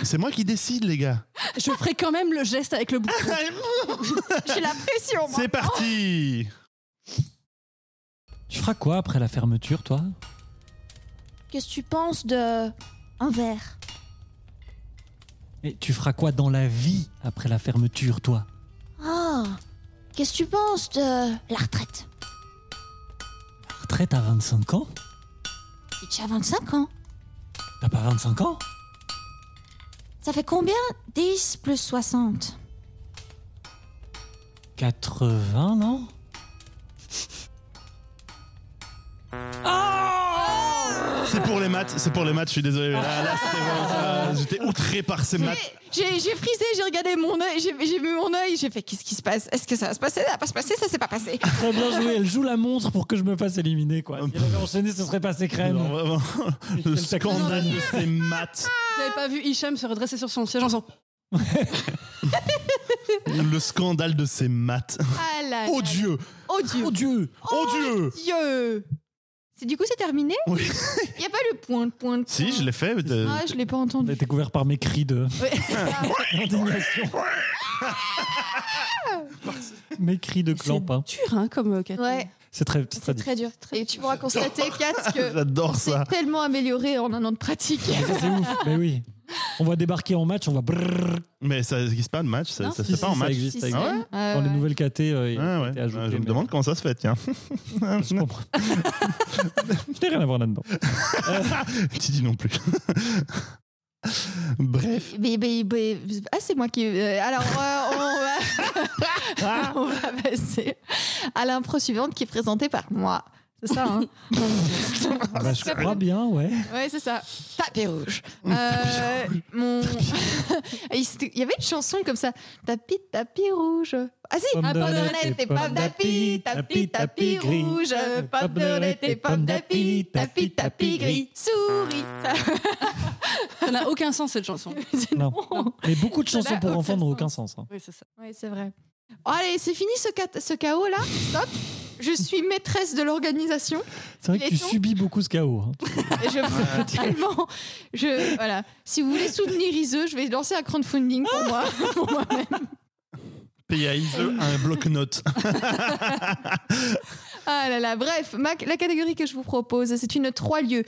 Speaker 2: C'est moi qui décide les gars.
Speaker 4: Je ferai quand même le geste avec le bouton.
Speaker 1: J'ai la pression, moi.
Speaker 2: C'est parti.
Speaker 3: Tu feras quoi après la fermeture, toi
Speaker 1: Qu'est-ce que tu penses de. Un verre
Speaker 3: Et tu feras quoi dans la vie après la fermeture, toi
Speaker 1: Ah Qu'est-ce que tu penses de. La retraite
Speaker 3: Retraite à 25 ans
Speaker 1: Et tu as 25 ans.
Speaker 3: T'as pas 25 ans
Speaker 1: Ça fait combien 10 plus 60.
Speaker 3: 80, non
Speaker 2: C'est pour les maths, c'est pour les maths, je suis désolé. mais Là, là, c'était vraiment ça. J'étais outré par ces maths.
Speaker 1: J'ai j'ai frisé, j'ai regardé mon œil, j'ai j'ai vu mon œil, j'ai fait qu'est-ce qui se passe Est-ce que ça va se passer Ça va pas se passer, ça s'est pas passé.
Speaker 3: Très bien joué, elle joue la montre pour que je me fasse éliminer, quoi. Si elle avait enchaîné, ce serait passé crème.
Speaker 2: Non, vraiment, le
Speaker 3: Quel
Speaker 2: scandale de ces maths,
Speaker 4: Vous avez pas vu Hicham se redresser sur son siège en faisant
Speaker 2: le scandale de ces maths.
Speaker 1: Ah là
Speaker 2: Oh Dieu,
Speaker 1: Oh Dieu
Speaker 3: Oh Dieu
Speaker 2: oh Dieu.
Speaker 1: Dieu C'est du coup c'est terminé
Speaker 2: Oui.
Speaker 1: Il y a pas le point de point de
Speaker 2: Si,
Speaker 1: point.
Speaker 2: je l'ai fait. euh,
Speaker 1: Ah, je l'ai pas
Speaker 3: On a
Speaker 1: entendu.
Speaker 3: été couvert par mes cris de d'indignation. mes cris de
Speaker 4: C'est
Speaker 3: clamp. hein.
Speaker 4: dur, hein, comme euh, Cathy.
Speaker 1: Ouais,
Speaker 3: C'est très, c'est
Speaker 1: c'est
Speaker 3: très-
Speaker 1: très dur. Et tu pourras constater, Kat, que
Speaker 2: J'adore ça.
Speaker 1: c'est tellement amélioré en un an de pratique.
Speaker 3: Ça, c'est ouf. Mais oui. On va débarquer en match, on va brrrr.
Speaker 2: Mais ça n'existe pas en match, ça,
Speaker 1: Non,
Speaker 2: ça
Speaker 3: si,
Speaker 2: c'est pas
Speaker 3: si,
Speaker 2: en
Speaker 3: ça
Speaker 2: match.
Speaker 3: existe.
Speaker 1: Si, si.
Speaker 2: Ah ouais
Speaker 1: Ah
Speaker 3: Dans les
Speaker 1: ouais.
Speaker 3: nouvelles KT, euh, il y a
Speaker 2: Ah ouais.
Speaker 3: été
Speaker 2: Ah,
Speaker 3: ajouté,
Speaker 2: je me
Speaker 3: mais-
Speaker 2: demande comment ça se fait, tiens. Hein
Speaker 3: Je comprends. Je n'ai rien à voir là-dedans.
Speaker 2: Tu dis non plus. Bref,
Speaker 1: Mais- mais- mais- ah, c'est moi qui. euh, alors, euh, on, va, on va passer à l'impro suivante qui est présentée par moi. C'est ça, hein
Speaker 3: Ah bah, je crois bien, ouais.
Speaker 1: Ouais, c'est ça. Tapis rouge. Euh, mon... Et c'était- Il y avait une chanson comme ça. Tapis, tapis rouge. Ah si,
Speaker 3: Pomme
Speaker 1: ah,
Speaker 3: de
Speaker 1: pomme de
Speaker 3: lait
Speaker 1: lait
Speaker 3: et
Speaker 1: et
Speaker 3: pomme
Speaker 1: pomme
Speaker 3: d'api,
Speaker 1: d'api, tapis,
Speaker 3: tapis,
Speaker 1: tapis
Speaker 3: tapis
Speaker 1: rouge.
Speaker 3: gris.
Speaker 1: Pomme de lait et pomme d'api, tapis, tapis gris. Souris.
Speaker 4: Ça n'a aucun sens, cette chanson.
Speaker 3: Non. Mais beaucoup de
Speaker 1: Ça
Speaker 3: chansons
Speaker 1: n'a
Speaker 3: pour
Speaker 1: aucun
Speaker 3: enfants n'ont
Speaker 1: sens.
Speaker 3: aucun sens. hein.
Speaker 4: Oui, c'est ça.
Speaker 1: Oui, c'est vrai. Oh, allez, c'est fini ce, cat- ce chaos là. Stop. Je suis maîtresse de l'organisation
Speaker 3: C'est vrai que tu
Speaker 1: Laitons.
Speaker 3: subis beaucoup ce chaos. hein.
Speaker 1: et je veux totalement. Je, voilà. Si vous voulez soutenir Iseux, je vais lancer un crowdfunding pour moi. Pour moi-même.
Speaker 2: paye à Ise E, un bloc-notes.
Speaker 1: Ah là là, bref, ma- la catégorie que je vous propose, c'est une trois lieux.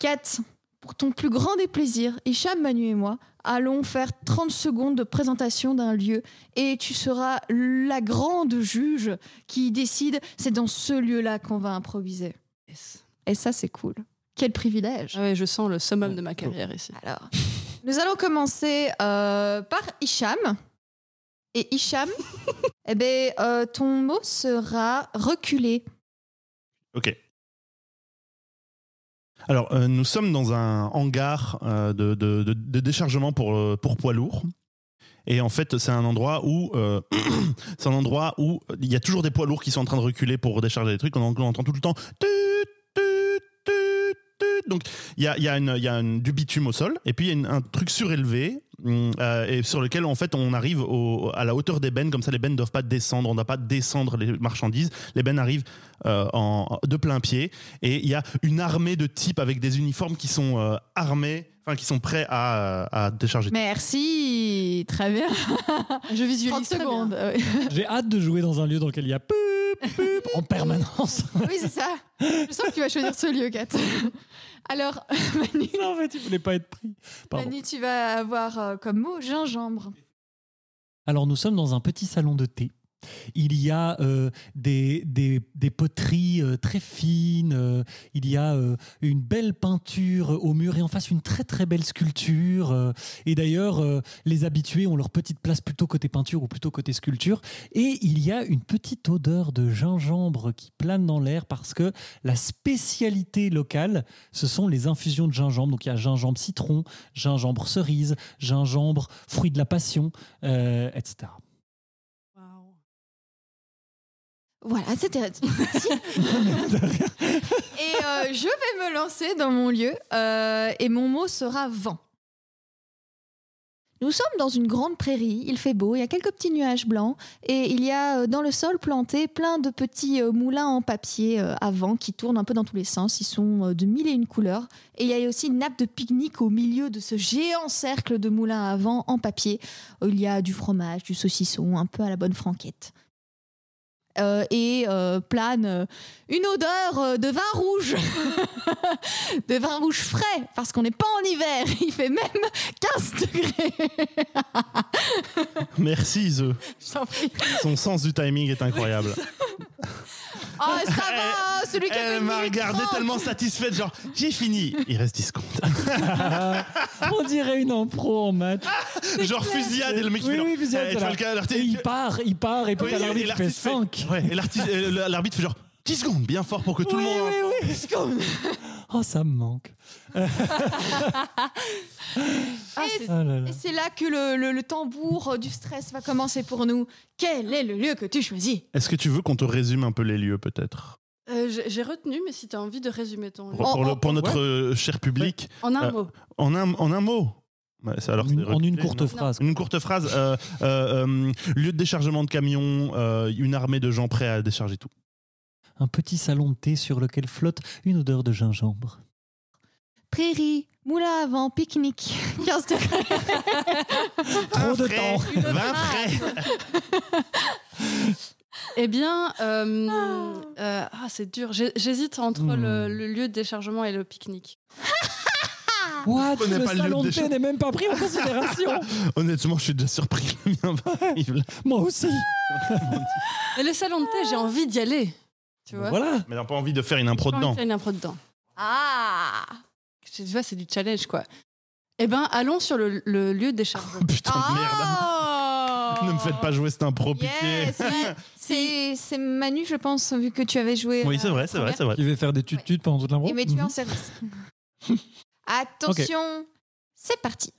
Speaker 1: 4. Pour ton plus grand déplaisir, Hicham, Manu et moi allons faire 30 secondes de présentation d'un lieu et tu seras la grande juge qui décide c'est dans ce lieu-là qu'on va improviser.
Speaker 4: Yes.
Speaker 1: Et ça, c'est cool. Quel privilège.
Speaker 4: Ah ouais, je sens le summum de ma carrière ici.
Speaker 1: Alors, nous allons commencer euh, par Hicham. Et Hicham, eh ben, euh, ton mot sera reculer.
Speaker 2: Ok. Alors, euh, nous sommes dans un hangar euh, de, de- de- de déchargement pour, euh, pour poids lourds. Et en fait, c'est un endroit où euh, c'est un endroit où il y a toujours des poids lourds qui sont en train de reculer pour décharger des trucs. On, en- on entend tout le temps. Tut, tut, tut, tut. Donc, il y a, il y a une- il y a une- du bitume au sol, et puis il y a une- un truc surélevé. hum, euh, et sur lequel en fait on arrive au- à la hauteur des bennes comme ça les bennes ne doivent pas descendre on ne doit pas descendre les marchandises les bennes arrivent euh, en, en- de plein pied et il y a une armée de types avec des uniformes qui sont euh, armés enfin qui sont prêts à, à décharger
Speaker 1: Merci, très bien.
Speaker 4: Ah, Je
Speaker 1: 30
Speaker 4: visualise très bien.
Speaker 1: secondes. euh,
Speaker 3: J'ai hâte de jouer dans un lieu dans lequel il y a poup, poup en permanence.
Speaker 1: Oui, c'est ça. Je sens que tu vas choisir ce lieu, Kat. Alors, Manu,
Speaker 3: non, en fait, il voulait pas être pris. Pardon.
Speaker 1: Manu, tu vas avoir euh, comme mot gingembre.
Speaker 3: Alors, nous sommes dans un petit salon de thé. Il y a euh, des, des, des poteries euh, très fines, euh, il y a euh, une belle peinture au mur et en face une très très belle sculpture. euh, et d'ailleurs, euh, les habitués ont leur petite place plutôt côté peinture ou plutôt côté sculpture. Et il y a une petite odeur de gingembre qui plane dans l'air parce que la spécialité locale, ce sont les infusions de gingembre. Donc il y a gingembre citron, gingembre cerise, gingembre fruit de la passion, euh, etc.
Speaker 4: Wow.
Speaker 1: Voilà, c'était. Si. et euh, je vais me lancer dans mon lieu euh, et mon mot sera vent. Nous sommes dans une grande prairie, il fait beau, il y a quelques petits nuages blancs et il y a euh, dans le sol planté plein de petits euh, moulins en papier euh, à vent qui tournent un peu dans tous les sens, ils sont euh, de mille et une couleurs et il y a aussi une nappe de pique-nique au milieu de ce géant cercle de moulins à vent en papier. Il y a du fromage, du saucisson, un peu à la bonne franquette. Euh, et euh, plane euh, une odeur euh, de vin rouge, de vin rouge frais, parce qu'on n'est pas en hiver, il fait même 15 degrés.
Speaker 2: Merci, Ze.
Speaker 1: Je t'en prie.
Speaker 2: Son sens du timing est incroyable.
Speaker 1: Oh, ça va, celui qui a fait
Speaker 2: Elle
Speaker 1: une
Speaker 2: m'a
Speaker 1: minute
Speaker 2: regardé
Speaker 1: trente.
Speaker 2: tellement satisfaite, genre, j'ai fini. Il reste 10 secondes.
Speaker 3: Ah, on dirait une impro en match.
Speaker 2: Genre fusillade et Ah, le mec qui
Speaker 3: Oui,
Speaker 2: fait,
Speaker 3: oui,
Speaker 2: genre,
Speaker 3: fusillade,
Speaker 2: eh,
Speaker 3: t'es
Speaker 2: tu vois
Speaker 3: là.
Speaker 2: le cas,
Speaker 3: Et il
Speaker 2: l'artiste-
Speaker 3: part, il part, et puis
Speaker 2: Oui,
Speaker 3: t'as l'arbitre
Speaker 2: et
Speaker 3: qui fait
Speaker 2: l'artiste fait-
Speaker 3: 5.
Speaker 2: Ouais, et l'artiste- et le- l'arbitre fait genre 10 secondes, bien fort pour que tout
Speaker 3: oui,
Speaker 2: le monde.
Speaker 3: oui, oui. Oh, ça me manque.
Speaker 1: Ah,
Speaker 3: Oh
Speaker 1: c'est-
Speaker 3: là là.
Speaker 1: Et c'est là que le, le- le tambour euh, du stress va commencer pour nous. Quel est le lieu que tu choisis
Speaker 2: Est-ce que tu veux qu'on te résume un peu les lieux, peut-être
Speaker 4: Euh, j'ai j'ai retenu, mais si tu as envie de résumer ton
Speaker 2: Pour,
Speaker 4: livre.
Speaker 2: pour
Speaker 3: Oh,
Speaker 1: En-
Speaker 2: le-
Speaker 1: en-
Speaker 2: pour notre euh, cher public,
Speaker 4: En un
Speaker 2: Euh,
Speaker 4: mot.
Speaker 2: en un, en un mot. Ouais, c'est- alors,
Speaker 3: En
Speaker 2: c'est
Speaker 3: une- en
Speaker 2: reculé,
Speaker 3: une courte
Speaker 2: non
Speaker 3: phrase.
Speaker 2: Une courte phrase. euh, euh, euh, lieu de déchargement de camions, euh, une armée de gens prêts à décharger tout.
Speaker 3: Un petit salon de thé sur lequel flotte une odeur de gingembre.
Speaker 1: Prairie, moulin à vent, pique-nique, 15 degrés.
Speaker 2: Ah,
Speaker 3: Trop de
Speaker 2: frais.
Speaker 3: temps.
Speaker 1: Une
Speaker 2: Vingt
Speaker 1: phrase.
Speaker 2: frais.
Speaker 4: Eh bien, euh, euh, ah, c'est dur. J'ai- J'hésite entre
Speaker 3: Hmm.
Speaker 4: le, le lieu de déchargement et le pique-nique.
Speaker 1: Ah.
Speaker 3: What
Speaker 2: connaît
Speaker 3: Le
Speaker 2: pas le lieu
Speaker 3: salon
Speaker 2: de
Speaker 3: de thé
Speaker 2: décharge.
Speaker 3: n'est même pas pris en considération.
Speaker 2: Honnêtement, je suis déjà surpris. que le mien va arriver.
Speaker 3: Moi aussi.
Speaker 4: Et le salon de thé, j'ai envie d'y aller. Tu vois
Speaker 3: Voilà.
Speaker 2: Mais on n'a pas envie de faire une impro
Speaker 4: J'ai envie de
Speaker 2: dedans.
Speaker 4: faire une impro dedans.
Speaker 1: Ah
Speaker 4: Tu vois, c'est du challenge, quoi. Eh bien, allons sur le, le lieu de déchargement.
Speaker 2: Putain de merde.
Speaker 1: Oh
Speaker 2: Ne me faites pas jouer cette impro piquée.
Speaker 1: Yes, ouais. C'est- C'est Manu, je pense, vu que tu avais joué.
Speaker 2: Oui,
Speaker 1: euh,
Speaker 2: c'est vrai, c'est vrai, c'est vrai.
Speaker 5: Qui va faire des tut-tut pendant toute
Speaker 3: Oh,
Speaker 5: l'impro
Speaker 1: Et mais tu es
Speaker 3: mhm.
Speaker 1: en service. Attention, c'est parti.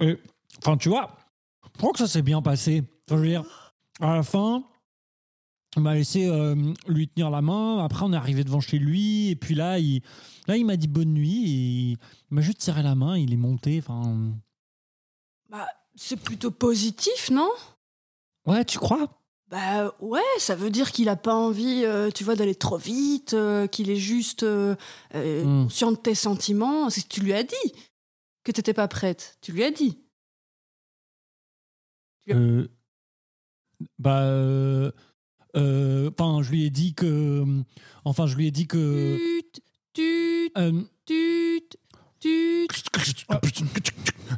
Speaker 3: Et, Enfin, tu vois, je crois que ça s'est bien passé. Je veux dire, à la fin, on m'a laissé euh, lui tenir la main. Après, on est arrivé devant chez lui. Et puis là, il, là, il m'a dit bonne nuit. Et il m'a juste serré la main. Il est monté. Enfin,
Speaker 4: C'est plutôt positif, non
Speaker 3: ouais, tu crois
Speaker 4: Bah ouais, ça veut dire qu'il a pas envie, euh, tu vois, d'aller trop vite, euh, qu'il est juste euh, euh,
Speaker 3: Hmm.
Speaker 4: conscient de tes sentiments. C'est- Tu lui as dit que t'étais pas prête. Tu lui as dit.
Speaker 3: Euh, Bah, euh, euh, enfin, je lui ai dit que, enfin, je lui ai dit que.
Speaker 1: Tut, tut,
Speaker 3: euh,
Speaker 1: tut, tut.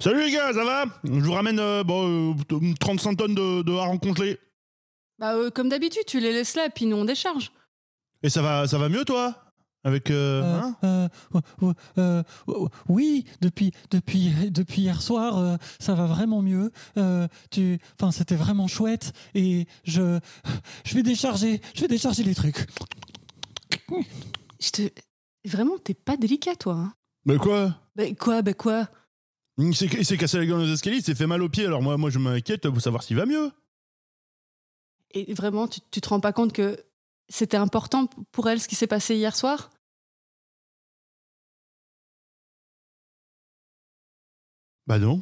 Speaker 2: Salut les gars, ça va Je vous ramène euh, bon, euh, 35 tonnes de, de harengs congelés.
Speaker 4: Bah euh, comme d'habitude, tu les laisses là, puis nous on décharge.
Speaker 2: Et ça va, ça va mieux toi Avec euh,
Speaker 3: Euh,
Speaker 2: hein
Speaker 3: euh, ou- ou- euh, ou- oui, depuis, depuis, depuis hier soir, euh, ça va vraiment mieux. Euh, tu, enfin, c'était vraiment chouette. Et je, je vais décharger, je vais décharger les trucs.
Speaker 4: Je te... Vraiment, t'es pas délicat, toi. hein.
Speaker 2: Mais quoi
Speaker 4: Bah quoi, bah quoi
Speaker 2: il s'est, il s'est cassé la gueule aux escaliers, il s'est fait mal aux pieds, alors moi, moi je m'inquiète pour savoir s'il va mieux.
Speaker 4: Et vraiment, tu, tu te rends pas compte que c'était important pour elle ce qui s'est passé hier soir
Speaker 2: Bah non.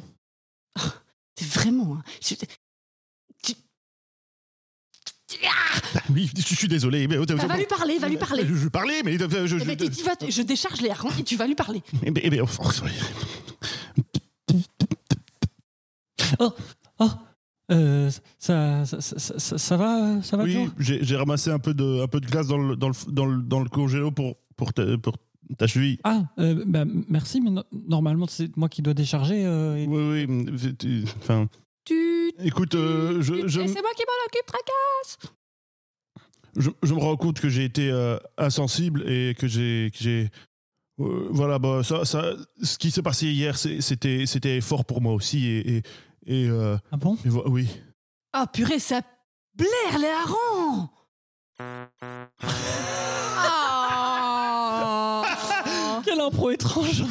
Speaker 4: C'est vraiment... hein, je-
Speaker 2: Oui, je suis désolé. Mais,
Speaker 4: Bah, va lui parler, va lui parler.
Speaker 2: Euh, Je, je parlais, mais. Je, je,
Speaker 4: Eh ben, tu- tu vas- je décharge les harengs et tu vas lui parler.
Speaker 2: Eh ben, eh ben, oh, sorry.
Speaker 3: Oh, euh, ça, ça, ça, ça- ça va, euh, ça va.
Speaker 2: Oui,
Speaker 3: Joe
Speaker 2: j'ai, j'ai ramassé un peu, de, un peu de glace dans le, dans le, dans le, dans le congélo pour, pour, ta, pour ta cheville.
Speaker 3: Ah, euh, bah, merci, mais no- normalement c'est moi qui dois décharger. euh, et-
Speaker 2: Oui, oui. c'est- tu- Enfin,
Speaker 4: Tut,
Speaker 2: écoute, euh, je,
Speaker 4: tut,
Speaker 2: je,
Speaker 4: et c'est moi qui m'en occupe, tracas.
Speaker 2: je, je me rends compte que j'ai été euh, insensible et que j'ai. que j'ai- euh, voilà, bah, ça, ça, ce qui s'est passé hier, c'est- c'était, c'était fort pour moi aussi. Et, et, et, euh,
Speaker 3: Ah bon
Speaker 2: et vo- oui.
Speaker 4: Ah purée, ça blaire les harengs
Speaker 1: Oh.
Speaker 4: Ah.
Speaker 3: Quelle impro étrange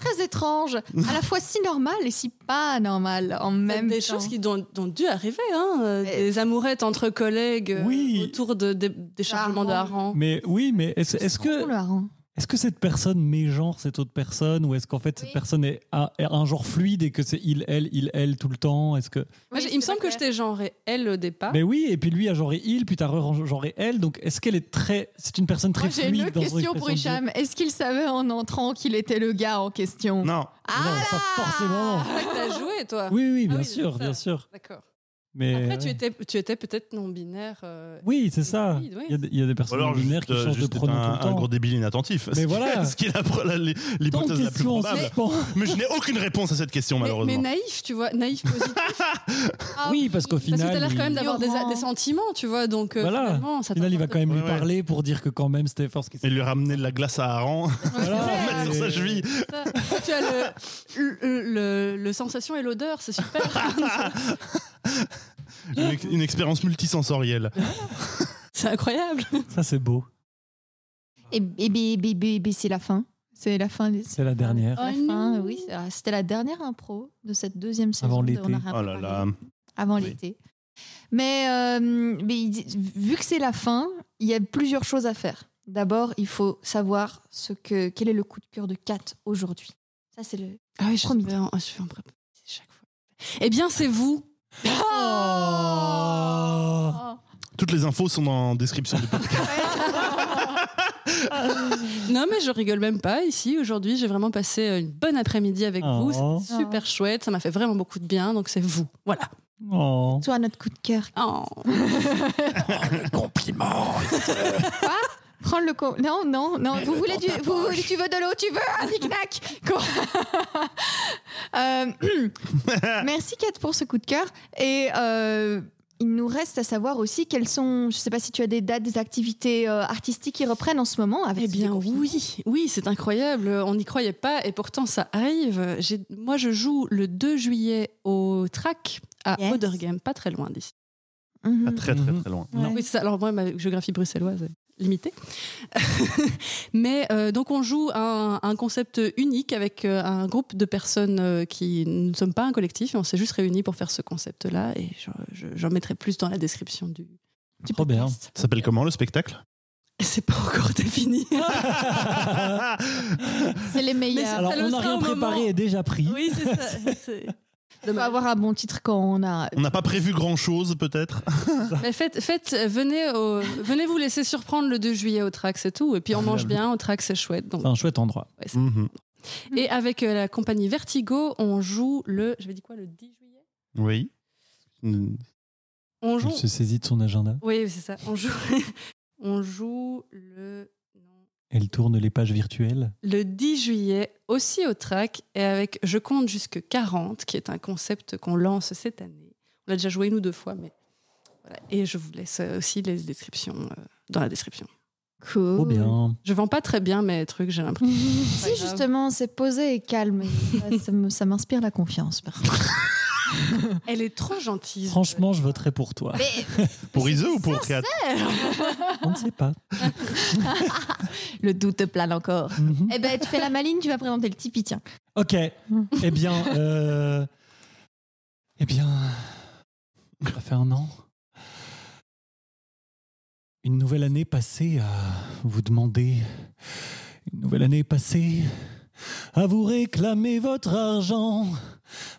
Speaker 1: Très étrange, à la fois si normal et si pas normal en même
Speaker 4: des
Speaker 1: temps.
Speaker 4: choses qui ont, ont dû arriver, hein, euh,
Speaker 1: Mais-
Speaker 4: des amourettes entre collègues euh,
Speaker 3: Oui.
Speaker 4: autour de, des- des chargements de harengs.
Speaker 3: Mais oui, mais est-ce est-ce que,
Speaker 1: Oh, le hareng.
Speaker 3: est que cette personne mégenre cette autre personne Ou est-ce qu'en fait cette
Speaker 1: Oui.
Speaker 3: personne est, a- est un genre fluide et que c'est il, elle, il, elle tout le temps Est-ce que
Speaker 4: Moi, j'ai- il me semble que je t'ai genré elle au départ.
Speaker 3: Mais oui, et puis lui a genre il, puis t'as re- genre elle. Donc est-ce qu'elle est très. C'est une personne très
Speaker 1: Moi, j'ai
Speaker 3: fluide
Speaker 1: une autre
Speaker 3: dans son
Speaker 1: question pour
Speaker 3: expression de jeu
Speaker 1: Hicham. Est-ce qu'il savait en entrant qu'il était le gars en question
Speaker 2: Non.
Speaker 1: Ah
Speaker 3: Non, ça,
Speaker 1: là
Speaker 3: forcément.
Speaker 4: Ah, T'as joué, toi
Speaker 3: Oui, oui, oui, bien
Speaker 4: oui,
Speaker 3: sûr,
Speaker 4: ça.
Speaker 3: bien sûr.
Speaker 4: D'accord.
Speaker 3: Mais
Speaker 4: Après, tu
Speaker 3: ouais.
Speaker 4: étais, tu étais peut-être non-binaire. euh,
Speaker 3: Oui, c'est ça.
Speaker 4: Oui, oui.
Speaker 3: Il y a des- il y a des
Speaker 2: Ou
Speaker 3: personnes
Speaker 2: alors juste,
Speaker 3: ordinaires qui
Speaker 2: euh,
Speaker 3: changent de
Speaker 2: juste
Speaker 3: pronom
Speaker 2: un,
Speaker 3: tout
Speaker 2: un
Speaker 3: le
Speaker 2: gros
Speaker 3: temps.
Speaker 2: débile inattentif.
Speaker 3: Mais voilà.
Speaker 2: Ce qui est la pro- la-
Speaker 3: Tant de
Speaker 2: l'hypothèse la plus
Speaker 3: questions en
Speaker 2: probable.
Speaker 3: suspens.
Speaker 2: Mais je n'ai aucune réponse à cette question,
Speaker 4: Mais, mais
Speaker 2: malheureusement.
Speaker 4: naïf, tu vois, naïf positif.
Speaker 1: Ah
Speaker 3: Oui, parce qu'au
Speaker 4: Parce
Speaker 3: final.
Speaker 4: que t'as l'air
Speaker 3: il-
Speaker 4: quand même d'avoir des,
Speaker 1: Ignorant.
Speaker 4: des sentiments, tu vois, donc euh,
Speaker 3: Voilà.
Speaker 4: finalement, ça
Speaker 3: Au final, il va
Speaker 4: t'importe
Speaker 3: quand même lui
Speaker 2: Ouais, ouais.
Speaker 3: parler pour dire que quand même c'était fort ce qui s'est
Speaker 2: Et lui ramener de la glace à Aran
Speaker 3: Voilà.
Speaker 2: pour mettre sur sa cheville.
Speaker 4: pas. Tu as le, le, le- le sensation et l'odeur, c'est super.
Speaker 2: Une, ex- une expérience multisensorielle.
Speaker 4: c'est incroyable.
Speaker 3: Ça, c'est beau.
Speaker 1: Et, et, Eh, bé- bé- bé- bé- c'est la fin. C'est la fin. des-
Speaker 3: C'est la dernière.
Speaker 1: La
Speaker 4: Oh
Speaker 1: fin,
Speaker 4: non.
Speaker 1: oui, c'est- ah, c'était la dernière impro de cette deuxième saison.
Speaker 3: Avant
Speaker 1: de
Speaker 3: l'été.
Speaker 1: On a rien
Speaker 2: Oh là
Speaker 1: préparé.
Speaker 2: là.
Speaker 1: Avant
Speaker 2: Oui.
Speaker 1: l'été. Mais, euh, mais il dit- vu que c'est la fin, il y a plusieurs choses à faire. D'abord, il faut savoir ce que, quel est le coup de cœur de Kat aujourd'hui. Ça, c'est le.
Speaker 4: Ah oui, je
Speaker 1: Premier.
Speaker 4: vais en- je suis en prep. C'est chaque fois. Eh bien, c'est vous.
Speaker 3: Oh
Speaker 2: Toutes les infos sont en description du podcast.
Speaker 4: Non, mais je rigole même pas ici. Aujourd'hui, j'ai vraiment passé euh, une bonne après-midi avec
Speaker 3: Oh.
Speaker 4: vous. C'était super chouette. Ça m'a fait vraiment beaucoup de bien. Donc, c'est vous. Voilà.
Speaker 3: Oh.
Speaker 1: Toi, notre coup de cœur.
Speaker 4: Oh.
Speaker 5: Compliment.
Speaker 1: Prends le co. Non, non, non. Vous voulez du. Vous, voulez- tu veux de l'eau Tu veux un knick-knack Quoi Euh, Merci, Kat, pour ce coup de cœur. Et euh, il nous reste à savoir aussi quelles sont. Je sais pas si tu as des dates, des activités euh, artistiques qui reprennent en ce moment. Avec
Speaker 4: Eh
Speaker 1: ce
Speaker 4: bien
Speaker 1: déconfinement.
Speaker 4: oui, oui, c'est incroyable. On n'y croyait pas et pourtant ça arrive. J'ai- Moi, je joue le 2 juillet au Track à
Speaker 1: Yes.
Speaker 4: Odergame, pas très loin d'ici.
Speaker 1: Mhm.
Speaker 2: Pas très très très loin.
Speaker 1: Ouais.
Speaker 4: Oui, c'est ça. Alors moi, ma géographie bruxelloise est limitée. Mais euh, donc on joue un, un concept unique avec euh, un groupe de personnes euh, qui ne sommes pas un collectif, et on s'est juste réunis pour faire ce concept-là. Et j'en je, j'en mettrai plus dans la description du. du
Speaker 3: Trop bien.
Speaker 4: podcast.
Speaker 2: Ça s'appelle comment le spectacle
Speaker 4: C'est pas encore défini.
Speaker 1: C'est les
Speaker 4: Mais ça-
Speaker 1: meilleurs.
Speaker 3: Alors,
Speaker 4: le
Speaker 3: on n'a
Speaker 4: sera
Speaker 3: rien
Speaker 4: au
Speaker 3: préparé
Speaker 4: moment.
Speaker 3: et déjà pris.
Speaker 4: oui, c'est ça. c'est-
Speaker 1: On va avoir un bon titre quand on a.
Speaker 2: On n'a pas prévu grand chose peut-être.
Speaker 4: Mais faites, faites, euh, venez, au- venez vous laisser surprendre le 2 juillet au track, c'est tout. Et puis on mange bien au track, c'est chouette. Donc.
Speaker 3: C'est un chouette endroit.
Speaker 2: Mhm.
Speaker 4: Et avec euh, la compagnie Vertigo, on joue le. Je vais dire quoi Le 10 juillet
Speaker 2: Oui. Mm.
Speaker 4: On joue.
Speaker 3: Il se saisit de son agenda.
Speaker 4: Oui, c'est ça. On joue. on joue le. non,
Speaker 3: Elle tourne les pages virtuelles.
Speaker 4: Le 10 juillet, aussi au track, et avec Je compte jusque 40, qui est un concept qu'on lance cette année. On l'a déjà joué une ou deux fois, mais. Voilà. Et je vous laisse euh, aussi les descriptions euh, dans la description. Oh.
Speaker 1: Cool.
Speaker 3: Trop bien.
Speaker 4: Je vends pas très bien mes trucs, j'ai l'impression.
Speaker 1: Si
Speaker 4: grave.
Speaker 1: justement c'est posé et calme, Et ça me- ça m'inspire la confiance. perso.
Speaker 4: Elle est trop gentille.
Speaker 3: Franchement, je voterai pour toi.
Speaker 2: Pour Iso ou pour Kat
Speaker 3: On ne sait pas.
Speaker 1: Le doute plane encore.
Speaker 3: Mhm.
Speaker 1: Eh ben, tu fais la maline, tu vas présenter le Tipeee, tiens.
Speaker 3: Ok. Eh bien. euh, Eh bien. Ça fait un an. Une nouvelle année passée à vous demander. Une nouvelle année passée à vous réclamer votre argent.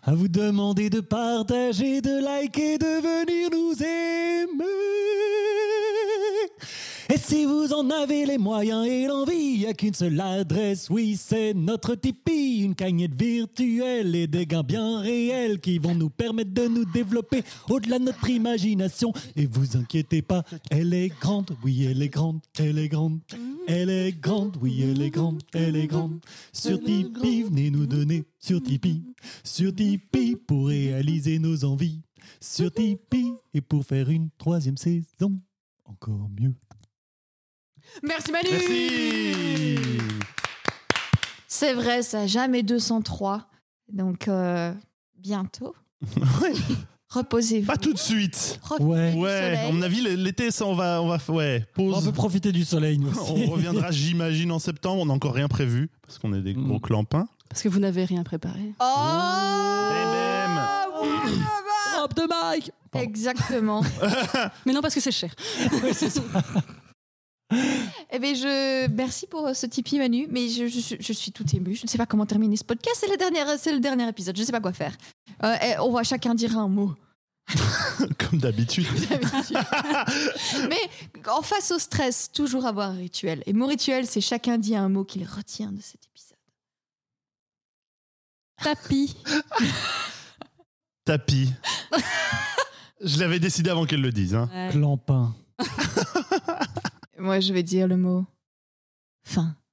Speaker 3: À vous demander de partager, de liker, de venir nous aimer. Et si vous en avez les moyens et l'envie, y a qu'une seule adresse, oui, c'est notre Tipeee, une cagnette virtuelle et des gains bien réels qui vont nous permettre de nous développer au-delà de notre imagination. Et vous inquiétez pas, elle est grande, oui, elle est grande, elle est grande,
Speaker 4: Mmh.
Speaker 3: elle est grande, oui, elle est grande, elle est grande. Sur Tipeee, venez nous donner, sur Tipeee, sur Tipeee pour réaliser nos envies, sur Tipeee et pour faire une troisième saison. Encore mieux.
Speaker 1: Merci Manu
Speaker 2: Merci.
Speaker 1: C'est vrai, ça, jamais 203. Donc, euh, bientôt. Reposez-vous.
Speaker 2: Pas tout de suite.
Speaker 1: Profitez
Speaker 3: Ouais.
Speaker 1: du
Speaker 2: Ouais, à
Speaker 1: soleil.
Speaker 2: mon avis, l'été, ça, on va, on va, ouais,
Speaker 3: On
Speaker 2: pause.
Speaker 3: peut profiter du soleil, nous
Speaker 2: On
Speaker 3: aussi.
Speaker 2: reviendra, j'imagine, en septembre. On n'a encore rien prévu parce qu'on est des gros
Speaker 3: Mm.
Speaker 2: clampins.
Speaker 4: Parce que vous n'avez rien préparé.
Speaker 1: Oh
Speaker 2: Bam,
Speaker 3: Eh ben.
Speaker 1: ouais, bah,
Speaker 3: Hop de Mike
Speaker 1: bah. Exactement.
Speaker 4: Mais non, parce que c'est cher.
Speaker 1: Eh bien, je... Merci pour euh, ce Tipeee, Manu, mais je, je suis- je suis tout émue. Je ne sais pas comment terminer ce podcast. C'est, la dernière, c'est le dernier épisode. Je ne sais pas quoi faire. Euh, eh, on va chacun dire un mot.
Speaker 2: Comme d'habitude.
Speaker 1: d'habitude. mais en face au stress, toujours avoir un rituel. Et mon rituel, c'est chacun dit un mot qu'il retient de cet épisode.
Speaker 4: Tapis.
Speaker 2: Tapis. Je l'avais décidé avant qu'elle le dise. Hein.
Speaker 3: Clampin.
Speaker 1: Moi, je vais dire le mot fin.